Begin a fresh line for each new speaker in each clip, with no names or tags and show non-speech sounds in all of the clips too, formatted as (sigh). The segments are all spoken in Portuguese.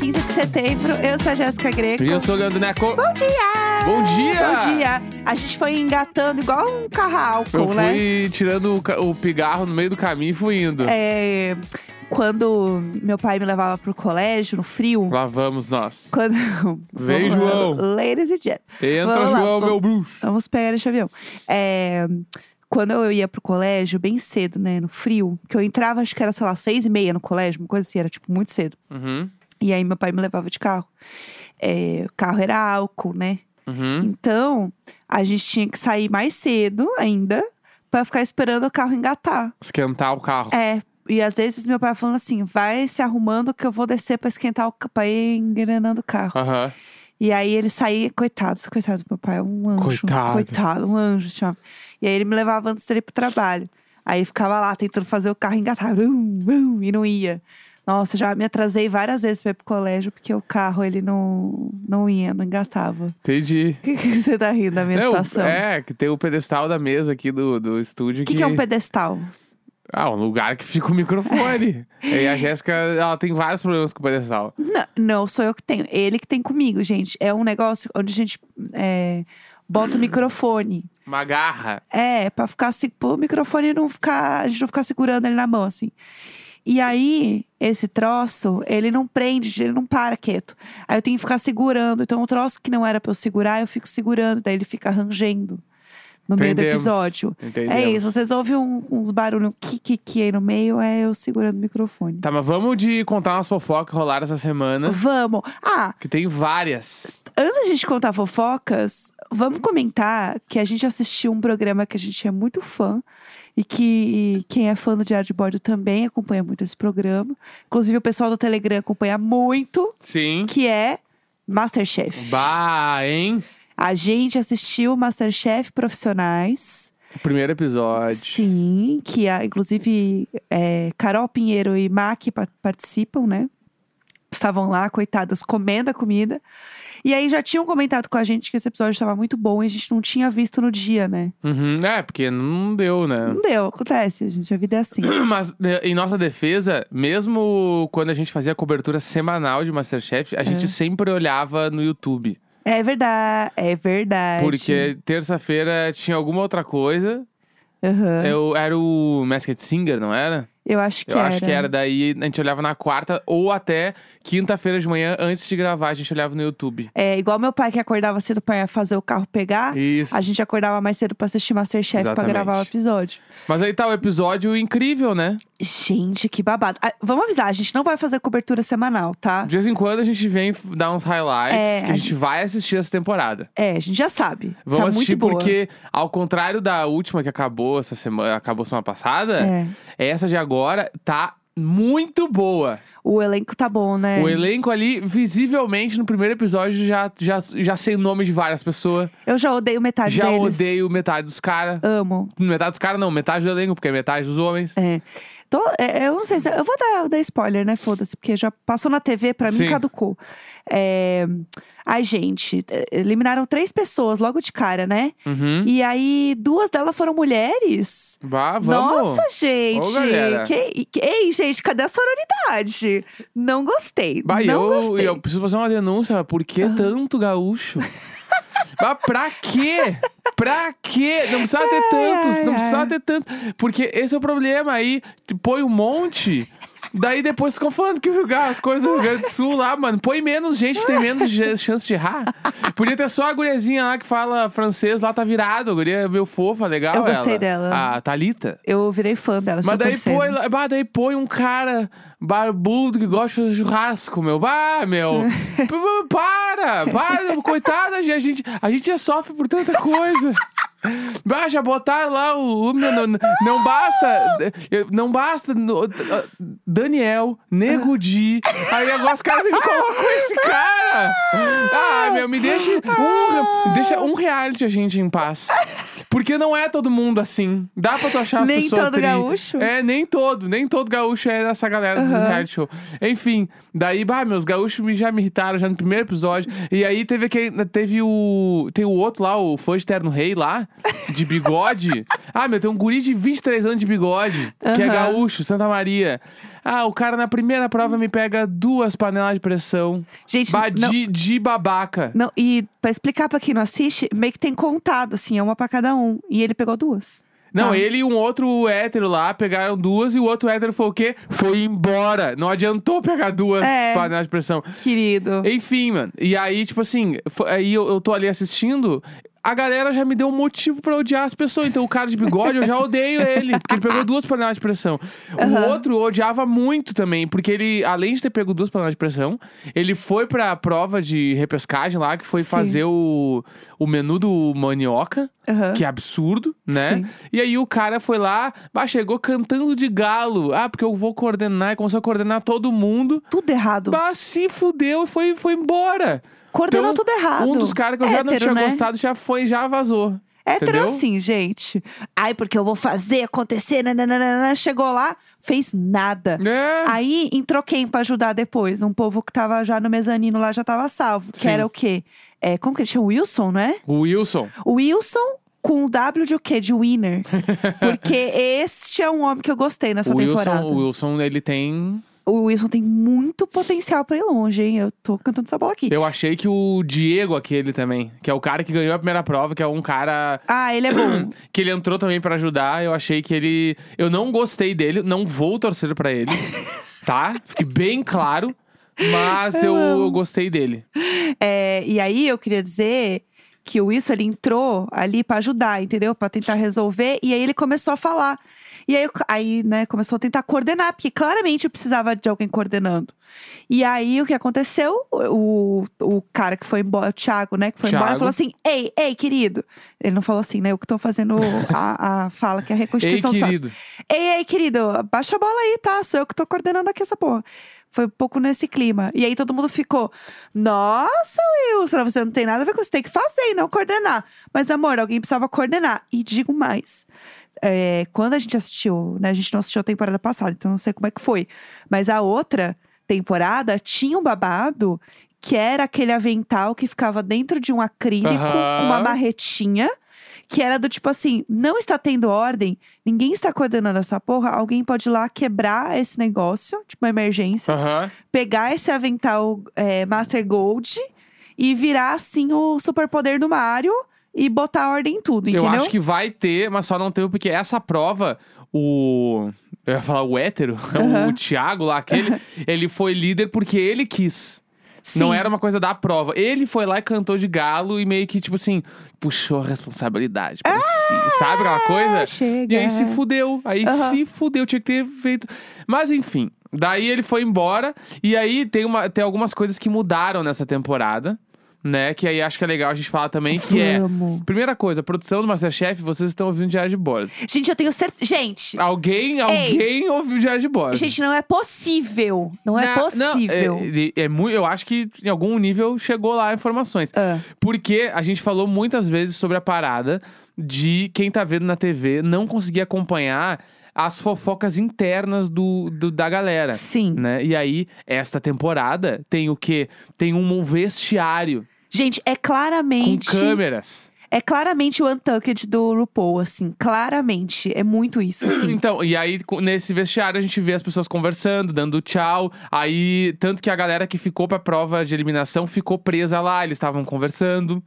15 é de setembro. Eu sou a Jéssica Greco.
E eu sou o Leandro Neco.
Bom dia!
Bom dia!
Bom dia! A gente foi engatando igual um carro a álcool,
Eu
né?
fui tirando o ca- o pigarro no meio do caminho e fui indo.
É, quando meu pai me levava pro colégio, no frio.
Lá vamos nós.
Quando... (laughs)
Vem,
Vamos lá,
João.
Ladies and gentlemen.
Entra,
Vamos lá,
João,
vamos-
meu bruxo.
Vamos pegar esse avião. É, Quando eu ia pro colégio, bem cedo, né? No frio. Que eu entrava, acho que era, sei lá, seis e meia no colégio. Uma coisa assim, era tipo muito cedo.
Uhum,
E aí meu pai me levava de carro. É, o carro era álcool, né?
uhum.
Então, a gente tinha que sair mais cedo ainda pra ficar esperando o carro engatar.
Esquentar o carro.
É, e às vezes meu pai falando assim: vai se arrumando que eu vou descer pra esquentar o ca- pra ir engrenando o carro.
Aham.
E aí ele saía, coitado, coitado do meu pai, é um anjo.
Coitado.
Coitado, um anjo, chama. E aí ele me levava antes dele pro trabalho. Aí ele ficava lá tentando fazer o carro engatar, (laughs) vrum, vrum, e não ia. Nossa, já me atrasei várias vezes pra ir pro colégio, porque o carro ele não, não ia, não engatava. (laughs)
Entendi.
O que, que você tá rindo da minha
Não,
situação?
é, que tem o pedestal da mesa aqui do, do estúdio.
O que, que é um pedestal?
Ah, um lugar que fica o microfone.
É.
e a Jéssica, ela tem vários problemas com o pedestal.
Não, não, sou eu que tenho. Ele que tem comigo, gente. É um negócio onde a gente é, bota o microfone.
Uma garra.
É, pra ficar assim, pô, o microfone não ficar. A gente não ficar segurando ele na mão, assim. E aí, esse troço, ele não prende, ele não para quieto. Aí eu tenho que ficar segurando. Então, o troço que não era pra eu segurar, eu fico segurando. Daí ele fica rangendo no meio do
Entendemos.
episódio.
Entendeu?
É isso, vocês ouvem um- uns barulhos, um que aí no meio, é eu segurando o microfone.
Tá, né? mas vamos de contar umas fofocas que rolaram essa semana. (laughs)
Vamos! Ah,
Que tem várias.
Antes da gente contar fofocas, vamos comentar que a gente assistiu um programa que a gente é muito fã e que quem é fã do Diário de Bordo também acompanha muito esse programa. Inclusive, o pessoal do Telegram acompanha muito,
Sim.
que é Masterchef.
Bah, hein?
A gente assistiu Masterchef Profissionais.
Primeiro episódio.
Sim, que a, inclusive é, Carol Pinheiro e Mac pa- participam, né? Estavam lá, coitadas, comendo a comida. E aí já tinham comentado com a gente que esse episódio estava muito bom e a gente não tinha visto no dia, né?
Uhum, É, porque não deu, né? (clears throat)
Não deu, acontece, gente, a vida é
(coughs)
assim.
Mas, né, em nossa defesa, mesmo quando a gente fazia a cobertura semanal de Masterchef, a gente sempre olhava no YouTube.
É verdade, é verdade.
Porque terça-feira tinha alguma outra coisa.
Aham,
Eu, era o Masked Singer, não era?
Eu acho É. que
é, Eu
era.
acho que era. Daí a gente olhava na quarta ou até quinta-feira de manhã, antes de gravar, a gente olhava no YouTube.
É igual meu pai que acordava cedo para fazer o carro pegar.
Isso.
A gente acordava mais cedo para assistir Masterchef para
Exatamente.
gravar o episódio.
Mas aí tá o episódio incrível, né?
Gente, que babado. Ah, vamos avisar, a gente não vai fazer cobertura semanal, tá?
De vez em quando a gente vem f- dar uns highlights,
É,
que
a
a gente vai assistir essa temporada.
É, a gente já sabe.
Vamos
tá
assistir
muito boa.
porque, ao contrário da última que acabou essa semana, acabou semana passada,
É.
essa de agora tá muito boa.
O elenco tá bom, né?
O elenco ali, visivelmente, no primeiro episódio, já, já, já sei o nome de várias pessoas.
Eu já odeio metade
já
deles.
odeio metade dos caras.
Amo.
Metade dos caras não, metade do elenco, porque é metade dos homens.
É. Tô, é, eu não sei se. Eu vou dar, dar spoiler, né? Foda-se, porque já passou na TV, pra mim
Sim.
caducou. É... Ai, gente, é, eliminaram três pessoas logo de cara, né?
Uhum.
E aí, duas delas foram mulheres.
Bah, Ah, vamos.
Nossa, gente!
Ô, galera.
que, que- ei, gente, cadê a sororidade? Não gostei.
Bah,
não
eu,
gostei. Ah.
eu preciso fazer uma denúncia. Por que tanto
(laughs)
gaúcho? bah, pra quê? Pra quê? Não precisava ter tantos,
ai,
não
ai.
precisava ter tantos. Porque esse é o problema aí. Tu Põe um monte, daí depois ficam falando que (laughs) ah, as coisas do Rio Grande do Sul lá, mano. Põe menos gente que tem menos ge- chance de errar. Podia ter só a guriazinha lá que fala francês, lá tá virado. A guria é meio fofa, legal
Eu gostei
ela.
dela.
A Thalita.
Eu virei fã dela.
Mas
só
daí
torcendo.
põe, lá- bah, daí põe um cara barbudo que gosta de fazer churrasco, meu. Bah,
(laughs)
meu. P- p- para, para, coitada, gente, a gente, a gente já sofre por tanta
(laughs)
coisa. Bah, já botaram lá o. o- Não, não, não basta. eu- Não basta. no- uh, Daniel,
Ah.
Nego Di. Aí agora os caras me colocam esse cara. Ah, meu, me deixa um, deixa um reality a gente em paz. Porque não é todo mundo assim. Dá pra tu achar as
Nem
pessoas
todo
tri.
gaúcho?
É, nem todo. Nem todo gaúcho é dessa galera do reality show. Enfim, daí, bah, meus gaúchos me- já me irritaram já no primeiro episódio. E aí teve aquele. Teve o. Tem o outro lá, o fã de Terno Rei lá,
(laughs)
de bigode. ah, meu, tem um guri de 23 anos de bigode, que é
Aham.
gaúcho, Santa Maria. Ah, o cara na primeira prova me pega duas panelas de pressão.
Gente,
Bah,
não,
de, de babaca.
não, e pra explicar pra quem não assiste, meio que tem contado, assim, é uma pra cada um. E ele pegou duas.
Não,
Tá.
ele e um outro hétero lá pegaram duas e o outro hétero foi o quê? Foi embora. Não adiantou pegar duas
É.
panelas de pressão.
Querido.
Enfim, mano. E aí, tipo assim, fo- aí eu, eu tô ali assistindo. A galera já me deu um motivo pra odiar as pessoas. Então, o cara de bigode, eu já odeio ele. Porque ele pegou duas panelas de pressão.
Aham.
O outro eu odiava muito também. Porque ele, além de ter pego duas panelas de pressão, ele foi pra prova de repescagem lá, que foi
Sim.
fazer o, o menu do manioca.
Aham.
Que é absurdo, né?
Sim.
E aí o cara foi lá, bah, chegou cantando de galo. Ah, porque eu vou coordenar. E começou a coordenar todo mundo.
Tudo errado.
Bah, se fudeu e foi, foi embora.
Coordenou
Então,
tudo errado.
Um dos caras que eu já não
Hétero,
tinha
né?
gostado já foi, já vazou.
Hétero é
entendeu?
assim, gente. Ai, porque eu vou fazer acontecer. né, nananana. Chegou lá, fez nada.
É.
Aí entrou quem pra ajudar depois? Um povo que tava já no mezanino lá já tava salvo. Que
Sim.
era o quê? É, como que ele chama? Wilson, né?
O Wilson.
Wilson com o W de o quê? De
(laughs)
winner. Porque este é um homem que eu gostei nessa
O Wilson,
temporada.
o Wilson, ele tem.
O Wilson tem muito potencial pra ir longe, hein? Eu tô cantando essa bola aqui.
Eu achei que o Diego, aquele também, que é o cara que ganhou a primeira prova, que é um cara
Ah, ele é
(clears throat)
bom.
que ele entrou também pra ajudar. Eu achei que ele. Eu não gostei dele, não vou torcer
(laughs)
pra ele, tá? Fique bem claro. Mas eu, eu gostei dele.
É, e aí eu queria dizer que o Wilson ele entrou ali pra ajudar, entendeu? Pra tentar resolver. E aí ele começou a falar. E aí, aí, né, começou a tentar coordenar, porque claramente precisava de alguém coordenando. E aí o que aconteceu? O, o cara que foi embora, o Thiago, né, que foi embora,
Thiago.
falou assim: Ei, ei, querido. Ele não falou assim, né? Eu que tô fazendo a, a fala, que é a
Ei,
reconstituição do
querido.
Ei, ei, querido, baixa a bola aí, tá? Sou eu que tô coordenando aqui essa porra. Foi um pouco nesse clima. E aí todo mundo ficou: Nossa, Wilson, você não tem nada a ver com isso, tem que fazer e não coordenar. Mas, amor, alguém precisava coordenar. E digo mais. é, quando a gente assistiu, né? A gente não assistiu a temporada passada, então não sei como é que foi. Mas a outra temporada tinha um babado que era aquele avental que ficava dentro de um acrílico
Aham.
com uma marretinha. Que era do tipo assim, não está tendo ordem, ninguém está coordenando essa porra, alguém pode ir lá quebrar esse negócio, tipo uma emergência,
Aham.
pegar esse avental é, Master Gold e virar assim o superpoder do Mario e botar ordem em tudo, entendeu?
Eu acho que vai ter, mas só não teve, porque essa prova, o. Eu ia falar o hétero, (laughs)
Aham.
o Thiago
(laughs)
lá, aquele, ele foi líder porque ele quis.
Sim.
Não era uma coisa da prova. Ele foi lá e cantou de galo e meio que, tipo assim, puxou a responsabilidade. pra si. Sabe aquela coisa?
Ah, chega.
E aí se fudeu. Aí
Aham.
se fudeu, tinha que ter feito. Mas enfim, daí ele foi embora. E aí tem, uma, tem algumas coisas que mudaram nessa temporada, né? Que aí acho que é legal a gente falar também, que é.
Vamos.
Primeira coisa, produção do Masterchef, vocês estão ouvindo Diário de Bordo.
Gente, eu tenho certeza.
Ah,
Gente,
Alguém, alguém ouviu Diário de Bordo.
gente, não é possível. Não é
Na-
possível.
Não, é, é, é mu- eu acho que em algum nível chegou lá informações.
Ah.
Porque a gente falou muitas vezes sobre a parada de quem tá vendo na TV não conseguir acompanhar as fofocas internas do, do- da galera.
Sim.
Né? E aí, esta temporada tem o quê? Tem um vestiário
Gente, é
com
claramente.
câmeras.
É claramente o Untucked do RuPaul, assim. Claramente. É muito isso, assim.
Então, e aí co- nesse vestiário a gente vê as pessoas conversando, dando tchau. Aí, tanto que a galera que ficou pra prova de eliminação ficou presa lá, eles estavam conversando.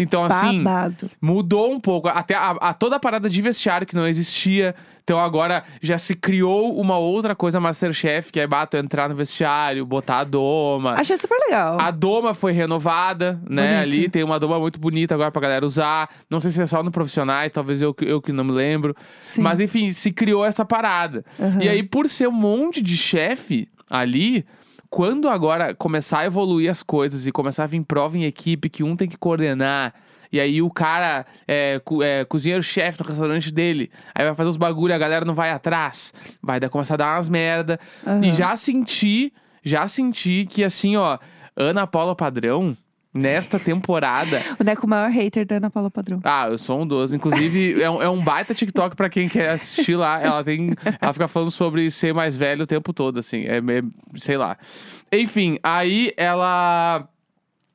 Então, assim,
Babado.
mudou um pouco. Até a, a- toda a parada de vestiário que não existia. Então agora já se criou uma outra coisa Masterchef, que é bato entrar no vestiário, botar a doma.
Achei super legal.
A doma foi renovada,
é
né?
Bonito.
Ali tem uma doma muito bonita agora pra galera usar. Não sei se é só no profissionais, talvez eu, que- eu que não me lembro.
Sim.
Mas enfim, se criou essa parada.
Aham.
E aí, por ser um monte de chefe ali, quando agora começar a evoluir as coisas e começar a vir prova em equipe, que um tem que coordenar. E aí o cara é, co- é, cozinheiro-chefe do restaurante dele. Aí vai fazer os bagulho, a galera não vai atrás. Vai dar, começar a dar umas merda. E já senti, já senti que assim, ó, Ana Paula Padrão, nesta temporada,
O Neco maior hater da Ana Paula Padrão.
ah, eu sou um dos. Inclusive, é, um, é um baita TikTok pra quem quer assistir lá. Ela tem. Ela fica falando sobre ser mais velho o tempo todo, assim. É, meio- sei lá. Enfim, aí ela.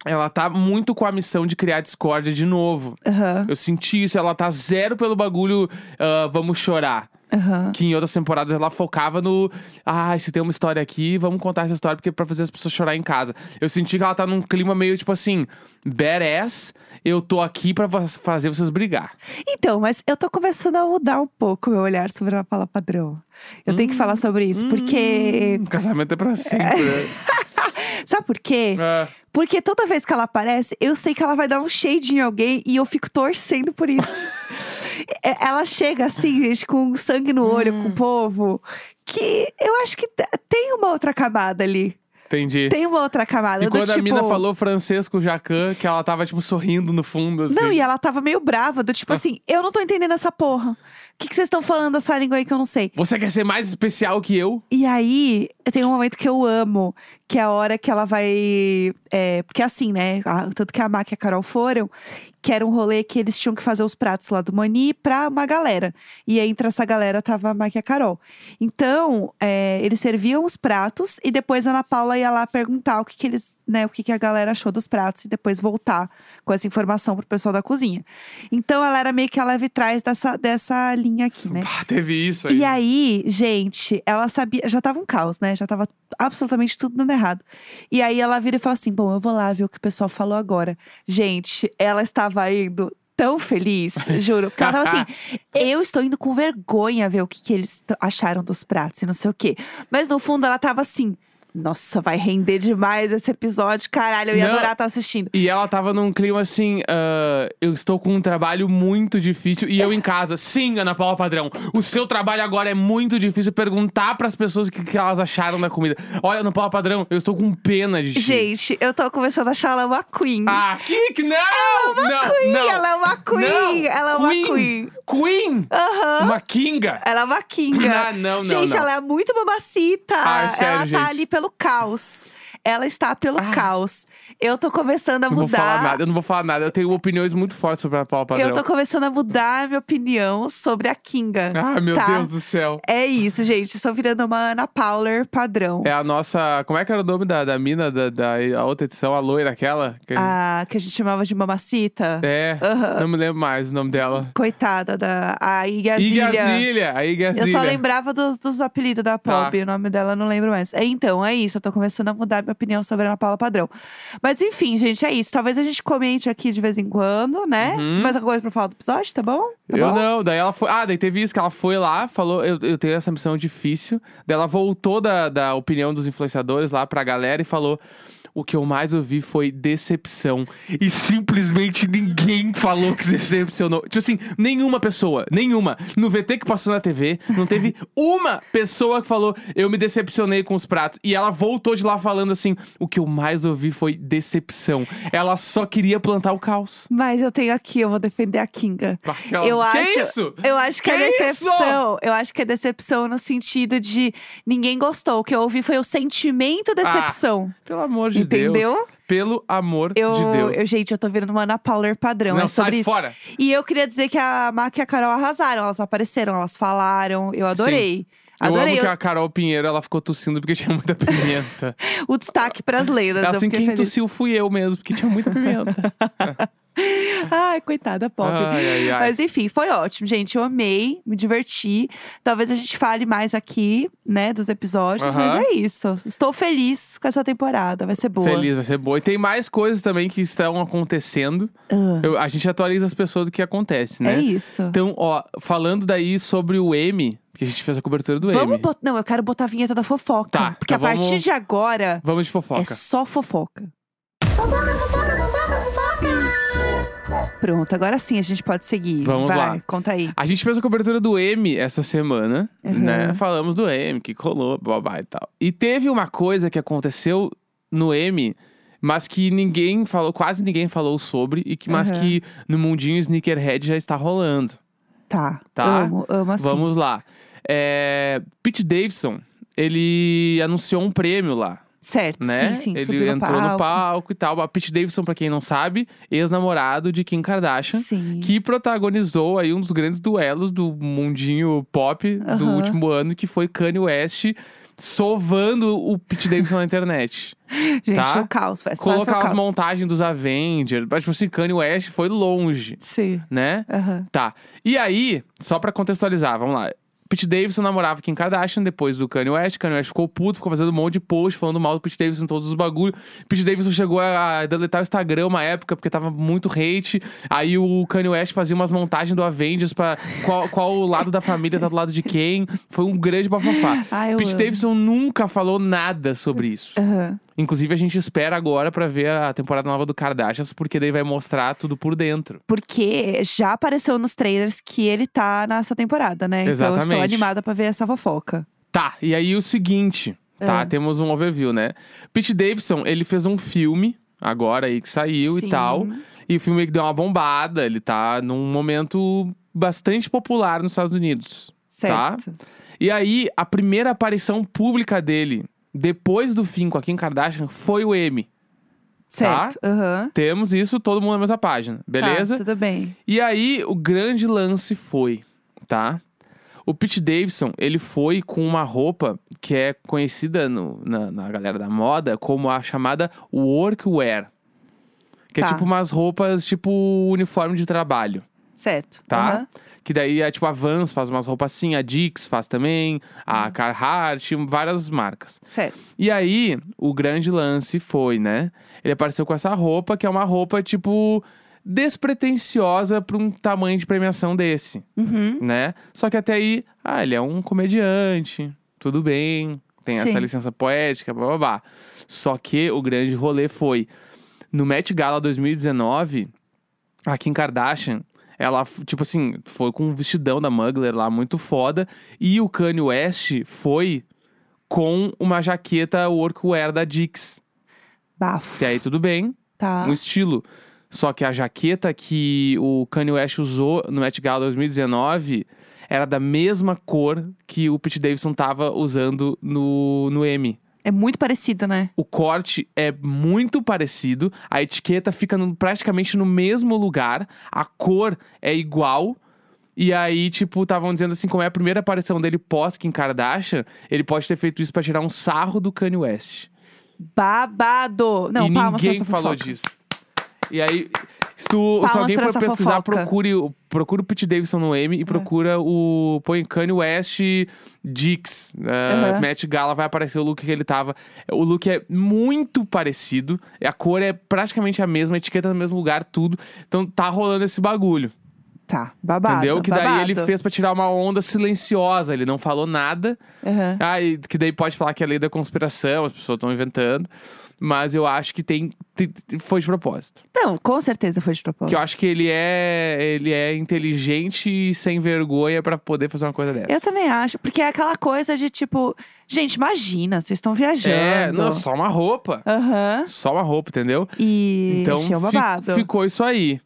Ela tá muito com a missão de criar discórdia de novo.
Aham.
Eu senti isso, ela tá zero pelo bagulho. ah, vamos chorar.
Aham.
Que em outras temporadas ela focava no. Ah, se tem uma história aqui, vamos contar essa história porque é pra fazer as pessoas chorar em casa. Eu senti que ela tá num clima meio tipo assim: badass, eu tô aqui pra vo- fazer vocês brigar.
Então, mas eu tô começando a mudar um pouco o meu olhar sobre a fala padrão. Eu tenho que falar sobre isso, porque.
Hum, casamento é pra sempre. né?
Sabe por quê?
É.
Porque toda vez que ela aparece, eu sei que ela vai dar um shade em alguém e eu fico torcendo por
(laughs)
isso. É, ela chega assim, gente, com sangue no olho,
Hum.
com o povo. Que eu acho que t- tem uma outra camada ali.
Entendi.
Tem uma outra camada.
E
do
quando a
tipo,
mina falou francês com o Jacan, que ela tava, tipo, sorrindo no fundo, assim.
Não, e ela tava meio brava, do tipo assim, eu não tô entendendo essa porra. O que que vocês estão falando dessa língua aí que eu não sei?
Você quer ser mais especial que eu?
E aí, tem um momento que eu amo, que é a hora que ela vai. é, porque assim, né? a- tanto que a Mac e a Carol foram, que era um rolê que eles tinham que fazer os pratos lá do Mani pra uma galera. E entre essa galera tava a Mac e a Carol. Então, é, eles serviam os pratos e depois a Ana Paula ia lá perguntar o que, que eles. Né, o que, que a galera achou dos pratos e depois voltar com essa informação pro pessoal da cozinha. Então ela era meio que a leve trás dessa, dessa linha aqui, né?
Pá, teve isso aí.
E aí, gente, ela sabia. Já tava um caos, né? Já tava absolutamente tudo dando errado. E aí ela vira e fala assim: bom, eu vou lá ver o que o pessoal falou agora. Gente, ela estava indo. Tão feliz, juro. Porque ela tava
(laughs)
assim, eu estou indo com vergonha ver o que, que eles t- acharam dos pratos e não sei o quê. Mas no fundo ela tava assim, nossa, vai render demais esse episódio, caralho, eu ia
Não.
adorar estar assistindo.
E ela tava num clima assim, ah, eu estou com um trabalho muito difícil e eu em casa. Sim, Ana Paula Padrão, o seu trabalho agora é muito difícil perguntar pras pessoas o que, que elas acharam da comida. Olha, Ana Paula Padrão, eu estou com pena de ti.
Gente, eu tô começando a achar ela uma queen.
Ah, que que não! Ela é uma não,
queen,
não,
ela é uma queen,
não.
ela é uma
Queen.
queen.
Queen?
Aham.
Uma kinga?
Ela é uma kinga.
Ah, não, não,
Gente,
não.
ela é muito mamacita.
Ah, sério,
ela
gente.
tá ali pelo caos. Ela está pelo
Ah.
caos. Eu tô começando a
Não vou falar
mudar.
nada, eu não vou falar nada. Eu tenho opiniões muito fortes sobre a Ana Paula Padrão.
Eu tô começando a mudar a minha opinião sobre a Kinga.
Ah, meu
tá?
Deus do céu.
É isso, gente. Estou virando uma Ana Paula padrão.
É a nossa. Como é que era o nome da, da mina da, da a outra edição, a loira aquela? Que-
A que a gente chamava de mamacita.
É.
Aham.
Não me lembro mais o nome dela.
Coitada da a Igazilha.
Igazilha. A
Eu
Igazilha.
só lembrava dos, dos apelidos da
Tá.
Pop, o nome dela eu não lembro mais. É, então, é isso. Eu tô começando a mudar minha opinião sobre a Ana Paula Padrão. Mas enfim, gente, é isso. Talvez a gente comente aqui de vez em quando, né? Tem mais alguma coisa pra falar do episódio, tá bom? Tá
Uhum. eu
bom?
não, daí ela foi. Ah, daí teve isso que ela foi lá, falou: eu, eu tenho essa missão difícil. Daí ela voltou da, da opinião dos influenciadores lá pra galera e falou: o que eu mais ouvi foi decepção. E simplesmente ninguém falou que se decepcionou. Tipo assim, nenhuma pessoa, nenhuma. No VT que passou na TV,
(laughs)
não teve uma pessoa que falou: eu me decepcionei com os pratos. E ela voltou de lá falando assim: o que eu mais ouvi foi decepção. Ela só queria plantar o caos.
Mas eu tenho aqui, eu vou defender a Kinga.
Aquela-
Eu
que
acho,
isso?
eu acho que,
Que
é
isso?
decepção. Eu acho que é decepção no sentido de ninguém gostou. O que eu ouvi foi o sentimento
Ah,
decepção.
Pelo amor de Deus.
Entendeu?
Pelo amor
eu,
de Deus.
eu- gente, eu tô virando uma Ana Paula padrão.
Não,
é sobre
sai
isso.
fora.
E eu queria dizer que a Mac e a Carol arrasaram. Elas apareceram, elas falaram. Eu adorei.
Eu
Adorei
amo que
o-
a Carol Pinheiro, ela ficou tossindo porque (laughs) tinha muita pimenta.
o destaque pras lendas. eu
assim,
fiquei
quem
feliz.
tossiu fui eu mesmo, porque tinha muita pimenta.
Ai, coitada, pop.
Ai, ai, ai.
Mas enfim, foi ótimo, gente. Eu amei, me diverti. Talvez a gente fale mais aqui, né, dos episódios.
Aham.
Mas é isso. Estou feliz com essa temporada. Vai ser (laughs) boa.
Feliz, vai ser boa. E tem mais coisas também que estão acontecendo.
Ah,
Eu- a gente atualiza as pessoas do que acontece, né?
É isso.
Então, ó, falando daí sobre o M, que a gente fez a cobertura do
Vamos
M.
botar. Não, eu quero botar a vinheta da fofoca.
Tá,
porque
então
a
vamos-
partir de agora
Vamos de fofoca.
é só fofoca. Pronto, agora sim a gente pode seguir.
Vamos
Vai,
lá.
conta aí.
A gente fez a cobertura do M essa semana,
Uhum.
né? Falamos do M, que colou, babá e tal. E teve uma coisa que aconteceu no M, mas que ninguém falou, quase ninguém falou sobre, e que, mas
Uhum.
que no mundinho sneakerhead já está rolando.
Tá.
Tá?
Amo, amo assim.
Vamos lá. É, Pete Davidson, ele anunciou um prêmio lá.
Certo, sim,
Né?
sim.
ele
subiu
entrou
no palco.
no palco e tal. A Pete Davidson, pra quem não sabe, ex-namorado de Kim Kardashian
Sim.
que protagonizou aí um dos grandes duelos do mundinho pop do
Aham.
último ano, que foi Kanye West sovando o Pete Davidson na internet.
Gente,
tá?
o caos. Essa foi o
Colocar
caos.
as montagens dos Avengers. Mas, tipo assim, Kanye West foi longe,
Sim.
né?
Aham.
Tá. E aí, só pra contextualizar, vamos lá. Pete Davidson namorava Kim Kardashian depois do Kanye West. Kanye West ficou puto, ficou fazendo um monte de post falando mal do Pete Davidson, todos os bagulhos. Pete Davidson chegou a a deletar o Instagram uma época porque tava muito hate. Aí o Kanye West fazia umas montagens do Avengers pra qual, qual o lado da família tá do lado de quem. Foi um grande bafafá.
Ai, (laughs) eu
Pete
amo.
Davidson nunca falou nada sobre isso.
Aham.
Inclusive, a gente espera agora pra ver a temporada nova do Kardashians, porque daí vai mostrar tudo por dentro.
Porque já apareceu nos trailers que ele tá nessa temporada, né? Então eu estou
Exatamente.
animada pra ver essa fofoca.
Tá, e aí o seguinte, tá?
Ah.
Temos um overview, né? Pete Davidson, ele fez um filme agora aí que saiu
Sim.
e tal. Tá? E o filme meio que deu uma bombada, ele tá num momento bastante popular nos Estados Unidos.
Certo.
E aí, a primeira aparição pública dele, depois do fim com a Kim Kardashian, foi o M.
Certo. Aham.
Temos isso, todo mundo na mesma página, Tá? beleza?
Tá, tudo bem.
E aí, o grande lance foi, tá? O Pete Davidson, ele foi com uma roupa que é conhecida no- na, na galera da moda como a chamada workwear. Que é
Tá.
tipo umas roupas, tipo uniforme de trabalho,
Certo.
tá?
Aham.
Que daí é tipo a Vans faz umas roupas assim, a Dix faz também, a Carhartt, várias marcas.
Certo.
E aí, o grande lance foi, né? Ele apareceu com essa roupa, que é uma roupa, tipo, despretensiosa pra um tamanho de premiação desse,
Uhum.
né? Só que até aí, ah, ele é um comediante, tudo bem, tem
Sim.
essa licença poética, blá blá blá. Só que o grande rolê foi. No Met Gala 2019, a Kim Kardashian, ela, f- tipo assim, foi com um vestidão da Mugler lá muito foda. E o Kanye West foi com uma jaqueta workwear da Dix.
Bafo.
Até aí tudo bem,
Tá.
um estilo. Só que a jaqueta que o Kanye West usou no Met Gala 2019 era da mesma cor que o Pete Davidson tava usando no, no M.
É muito parecido, né?
O corte é muito parecido, a etiqueta fica no- praticamente no mesmo lugar, a cor é igual. E aí, tipo, estavam dizendo assim, como é a primeira aparição dele pós Kim Kardashian, ele pode ter feito isso pra tirar um sarro do Kanye West.
Babado. Não, palmas
e
pra
ninguém
essa
falou
fofoca.
disso. E aí, se, tu-
Palmas
se alguém
pra
for
essa
pesquisar,
fofoca. É.
procure, o- procura o Pete Davidson no M e procura o. Põe Kanye West Dix. Uh,
Aham.
Matt Gala vai aparecer o look que ele tava. O look é muito parecido. A cor é praticamente a mesma, a etiqueta é no mesmo lugar, tudo. Então tá rolando esse bagulho.
Tá. Babado.
entendeu? Que daí
babado.
ele fez pra tirar uma onda silenciosa. Ele não falou nada.
Aham.
(laughs) Ah, e que daí pode falar que é lei da conspiração, as pessoas estão inventando. Mas eu acho que tem. te- te- Foi de propósito.
Não, com certeza foi de propósito.
Que eu acho que ele é, ele é inteligente e sem vergonha pra poder fazer uma coisa dessa.
Eu também acho, porque é aquela coisa de tipo, gente, imagina, vocês estão viajando.
É, não, só uma roupa.
Aham.
Só uma roupa, entendeu?
E
Então
achei um
fi-
babado.
ficou isso aí.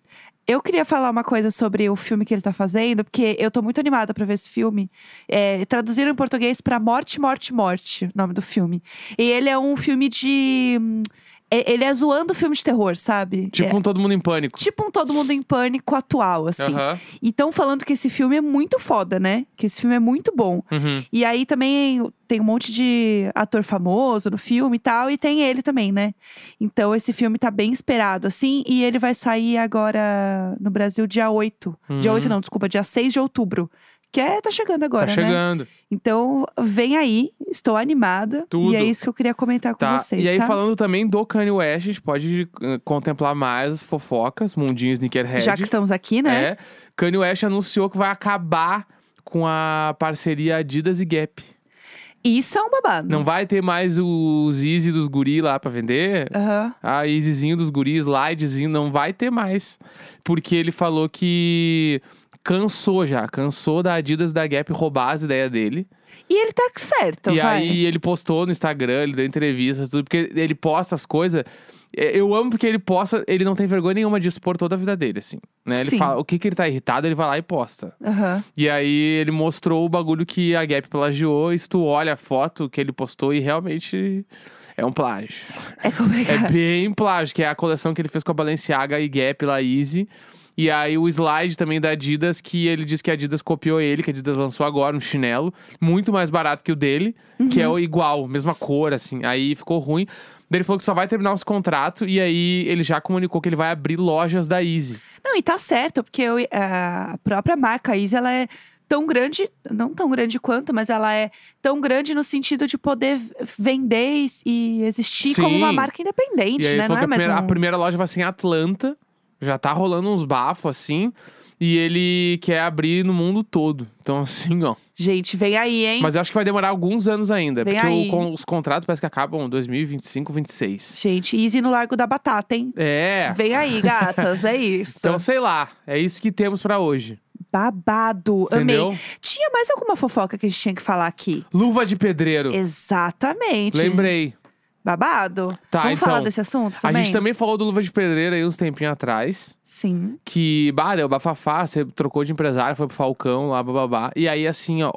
Eu queria falar uma coisa sobre o filme que ele tá fazendo, porque eu tô muito animada pra ver esse filme. É, traduziram em português pra Morte, Morte, Morte, o nome do filme. E ele é um filme de. hum, é- Ele é zoando filme de terror, sabe?
Tipo
É,
um todo mundo em pânico.
tipo um Todo Mundo em Pânico atual, assim.
Aham.
E tão falando que esse filme é muito foda, né? Que esse filme é muito bom.
Uhum.
E aí também tem um monte de ator famoso no filme e tal, e tem ele também, né? Então esse filme tá bem esperado, assim, e ele vai sair agora no Brasil dia 8. Dia
Uhum.
8 não, desculpa, dia 6 de outubro. Que é, tá chegando agora,
tá
né?
chegando.
Então vem aí, estou animada.
Tudo.
E é isso que eu queria comentar com
Tá.
vocês,
e aí,
tá?
falando também do Kanye West, a gente pode eh, contemplar mais as fofocas, mundinhos Sneakerhead.
Já que estamos aqui, né?
É. Kanye West anunciou que vai acabar com a parceria Adidas e Gap.
Isso é um babado.
Não vai ter mais os Easy dos guri lá pra vender?
Aham.
A Easyzinho dos guris, Lidezinho, não vai ter mais. Porque ele falou que cansou já, cansou da Adidas e da Gap roubar as ideias dele.
E ele tá certo,
e
vai.
aí ele postou no Instagram, ele deu entrevista, tudo, porque ele posta as coisas. É, Eu amo porque ele posta, ele não tem vergonha nenhuma de expor toda a vida dele, assim. Né? Ele
Sim.
fala o que, que ele tá irritado, ele vai lá e posta.
Aham.
E aí ele mostrou o bagulho que a Gap plagiou, e se tu olha a foto que ele postou e realmente é um plágio.
É complicado. (laughs)
É bem plágio, que é a coleção que ele fez com a Balenciaga e Gap lá, Easy. E aí o slide também da Adidas, que ele diz que a Adidas copiou ele, que a Adidas lançou agora um chinelo, muito mais barato que o dele, que é o igual, mesma cor, assim. Aí ficou ruim. Daí ele falou que só vai terminar os contratos, e aí ele já comunicou que ele vai abrir lojas da Easy.
Não, e tá certo, porque eu- a própria marca Easy, ela é tão grande, não tão grande quanto, mas ela é tão grande no sentido de poder vender e- e existir como
Sim.
uma marca independente,
E aí ele
né?
falou
Não
que
é
a
mais
primeira, a
um-
primeira loja vai ser em Atlanta. Já tá rolando uns bafos, assim. E ele quer abrir no mundo todo. Então, assim, ó.
Gente, vem aí, hein?
Mas eu acho que vai demorar alguns anos ainda.
Vem
porque o
aí.
con- os contratos parece que acabam em 2025, 26.
Gente, Easy no Largo da Batata, hein?
É.
Vem aí, gatas, é isso.
Então, sei lá. É isso que temos pra hoje.
Babado,
Entendeu?
amei. Tinha mais alguma fofoca que a gente tinha que falar aqui?
Luva de pedreiro.
Exatamente.
Lembrei.
Babado.
Tá,
Vamos
então.
falar desse assunto também?
A gente também falou do Luva de Pedreiro aí uns tempinhos atrás.
Sim.
Que, bah, deu bafafá, você trocou de empresário, foi pro Falcão, lá, bababá. E aí, assim, ó,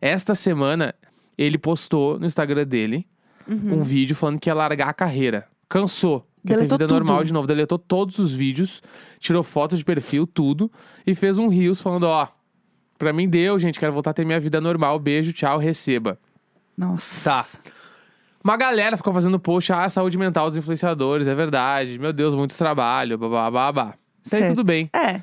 esta semana ele postou no Instagram dele um vídeo falando que ia largar a carreira. Cansou. Quer ter
Uhum. Deletou
vida
tudo.
normal de novo. Deletou todos os vídeos, tirou foto de perfil, tudo. E fez um rios falando, ó, pra mim deu, gente, quero voltar a ter minha vida normal. Beijo, tchau, receba.
Nossa.
Tá. Uma galera ficou fazendo post, ah, saúde mental dos influenciadores, é verdade. Meu Deus, muito trabalho, babá, babá. Até Tá aí
Certo.
tudo bem.
É.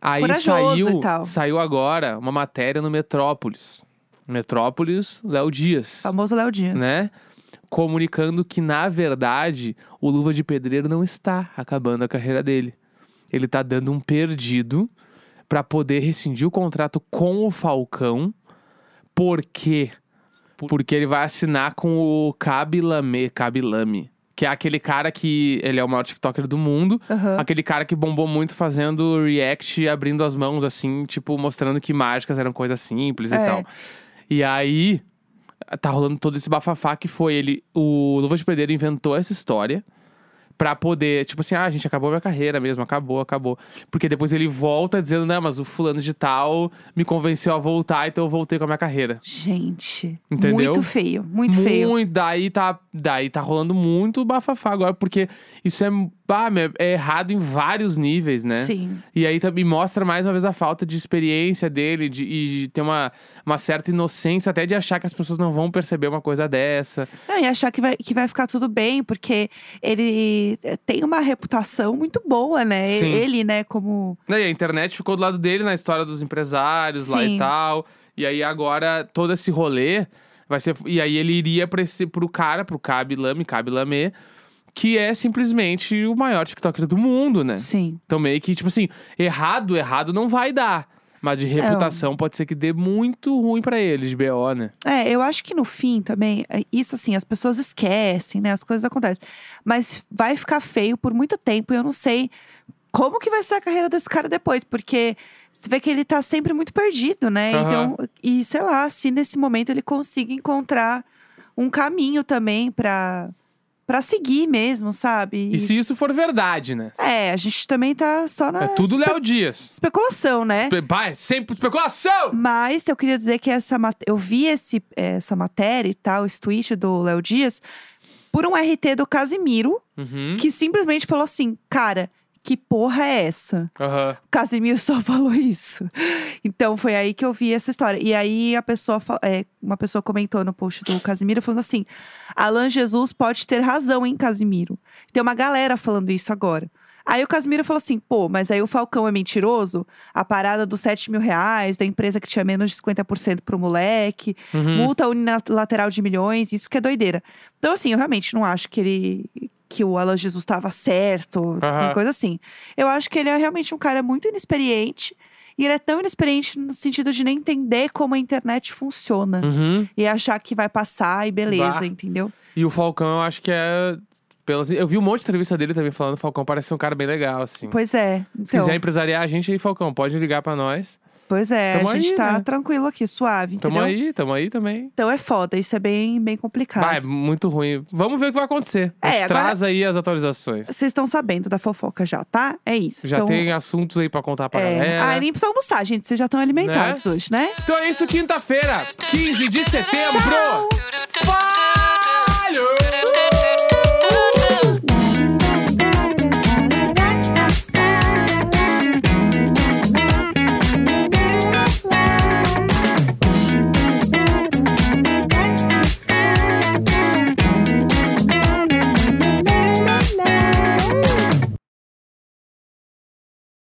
Aí
Corajoso
saiu,
e tal.
saiu agora uma matéria no Metrópolis. Metrópolis, Léo Dias,
Famoso Léo Dias.
né? Comunicando que, na verdade, o Luva de Pedreiro não está acabando a carreira dele. Ele tá dando um perdido para poder rescindir o contrato com o Falcão. Por quê? Porque ele vai assinar com o Kabilame, Kabilame, que é aquele cara que ele é o maior TikToker do mundo,
Aham.
aquele cara que bombou muito fazendo react, e abrindo as mãos assim, tipo mostrando que mágicas eram coisas simples e
É.
tal. E aí tá rolando todo esse bafafá que foi ele, o Luva de Pedreiro inventou essa história. Pra poder, tipo assim, ah, gente, acabou minha carreira mesmo, acabou, acabou. Porque depois ele volta dizendo, não, mas o fulano de tal me convenceu a voltar, então eu voltei com a minha carreira.
Gente.
Entendeu?
Muito feio. Muito, feio.
Muito, daí tá, daí tá rolando muito bafafá agora, porque isso é, pá, meu, é errado em vários níveis, né?
Sim.
E aí também mostra mais uma vez a falta de experiência dele de, e de ter uma, uma certa inocência até de achar que as pessoas não vão perceber uma coisa dessa.
Não, e achar que vai, que vai ficar tudo bem, porque ele eh, tem uma reputação muito boa, né? E-
Sim.
Ele, né, como.
Né, E a internet ficou do lado dele na história dos empresários lá e
Sim.
tal. E aí agora todo esse rolê vai ser. E aí ele iria pra esse, pro cara, pro Cabe Lame, Cabe Lame, que é simplesmente o maior TikToker do mundo, né?
Sim.
Então, meio que, tipo assim, errado, errado não vai dar. Mas de reputação pode ser que dê muito ruim pra ele, de BO, né?
É, eu acho que no fim também, é, isso assim, as pessoas esquecem, né? As coisas acontecem. Mas vai ficar feio por muito tempo e eu não sei como que vai ser a carreira desse cara depois, porque você vê que ele tá sempre muito perdido, né?
Aham.
Então, e sei lá, se nesse momento ele consiga encontrar um caminho também pra, pra seguir mesmo, sabe?
E, se isso for verdade, né?
É, a gente também tá só na
É tudo
espe-
Léo Dias.
especulação, né?
Espe- Vai, sempre especulação!
Mas eu queria dizer que essa mat- eu vi esse, essa matéria e tal, esse tweet do Léo Dias, por um RT do Casimiro,
Uhum.
que simplesmente falou assim: cara, que porra é essa?
Aham.
O Casimiro só (laughs) falou isso. Então foi aí que eu vi essa história. E aí a pessoa, fa- é, uma pessoa comentou no post do Casimiro falando assim: Alan Jesus pode ter razão, hein, Casimiro? Tem uma galera falando isso agora. Aí o Casimiro falou assim: pô, mas aí o Falcão é mentiroso? A parada dos 7 mil reais, da empresa que tinha menos de 50% pro moleque,
Uhum.
multa unilateral de milhões, isso que é doideira. Então, assim, eu realmente não acho que ele. que o Alan Jesus estava certo,
Aham.
uma coisa assim. Eu acho que ele é realmente um cara muito inexperiente. E ele é tão inexperiente no sentido de nem entender como a internet funciona.
Uhum.
E achar que vai passar e beleza,
Bah.
entendeu?
E o Falcão, eu acho que é. Pelas... Eu vi um monte de entrevista dele também falando, Falcão parece ser um cara bem legal, assim.
Pois é.
Se
Então,
quiser empresariar a gente aí, Falcão, pode ligar pra nós.
pois é,
tamo
a gente
aí,
tá
né?
tranquilo aqui, suave,
Tamo
entendeu?
aí, tamo aí também.
Então é foda, isso é bem, bem complicado.
Vai, muito ruim. Vamos ver o que vai acontecer.
É,
A gente
agora-
Traz aí as atualizações.
Vocês estão sabendo da fofoca já, tá? É isso.
Já
então,
tem assuntos aí pra contar pra
é...
galera.
Ah, nem precisa almoçar, gente. Vocês já estão alimentados hoje, né?
Então é isso, quinta-feira, 15 de setembro.
Tchau!
Fala!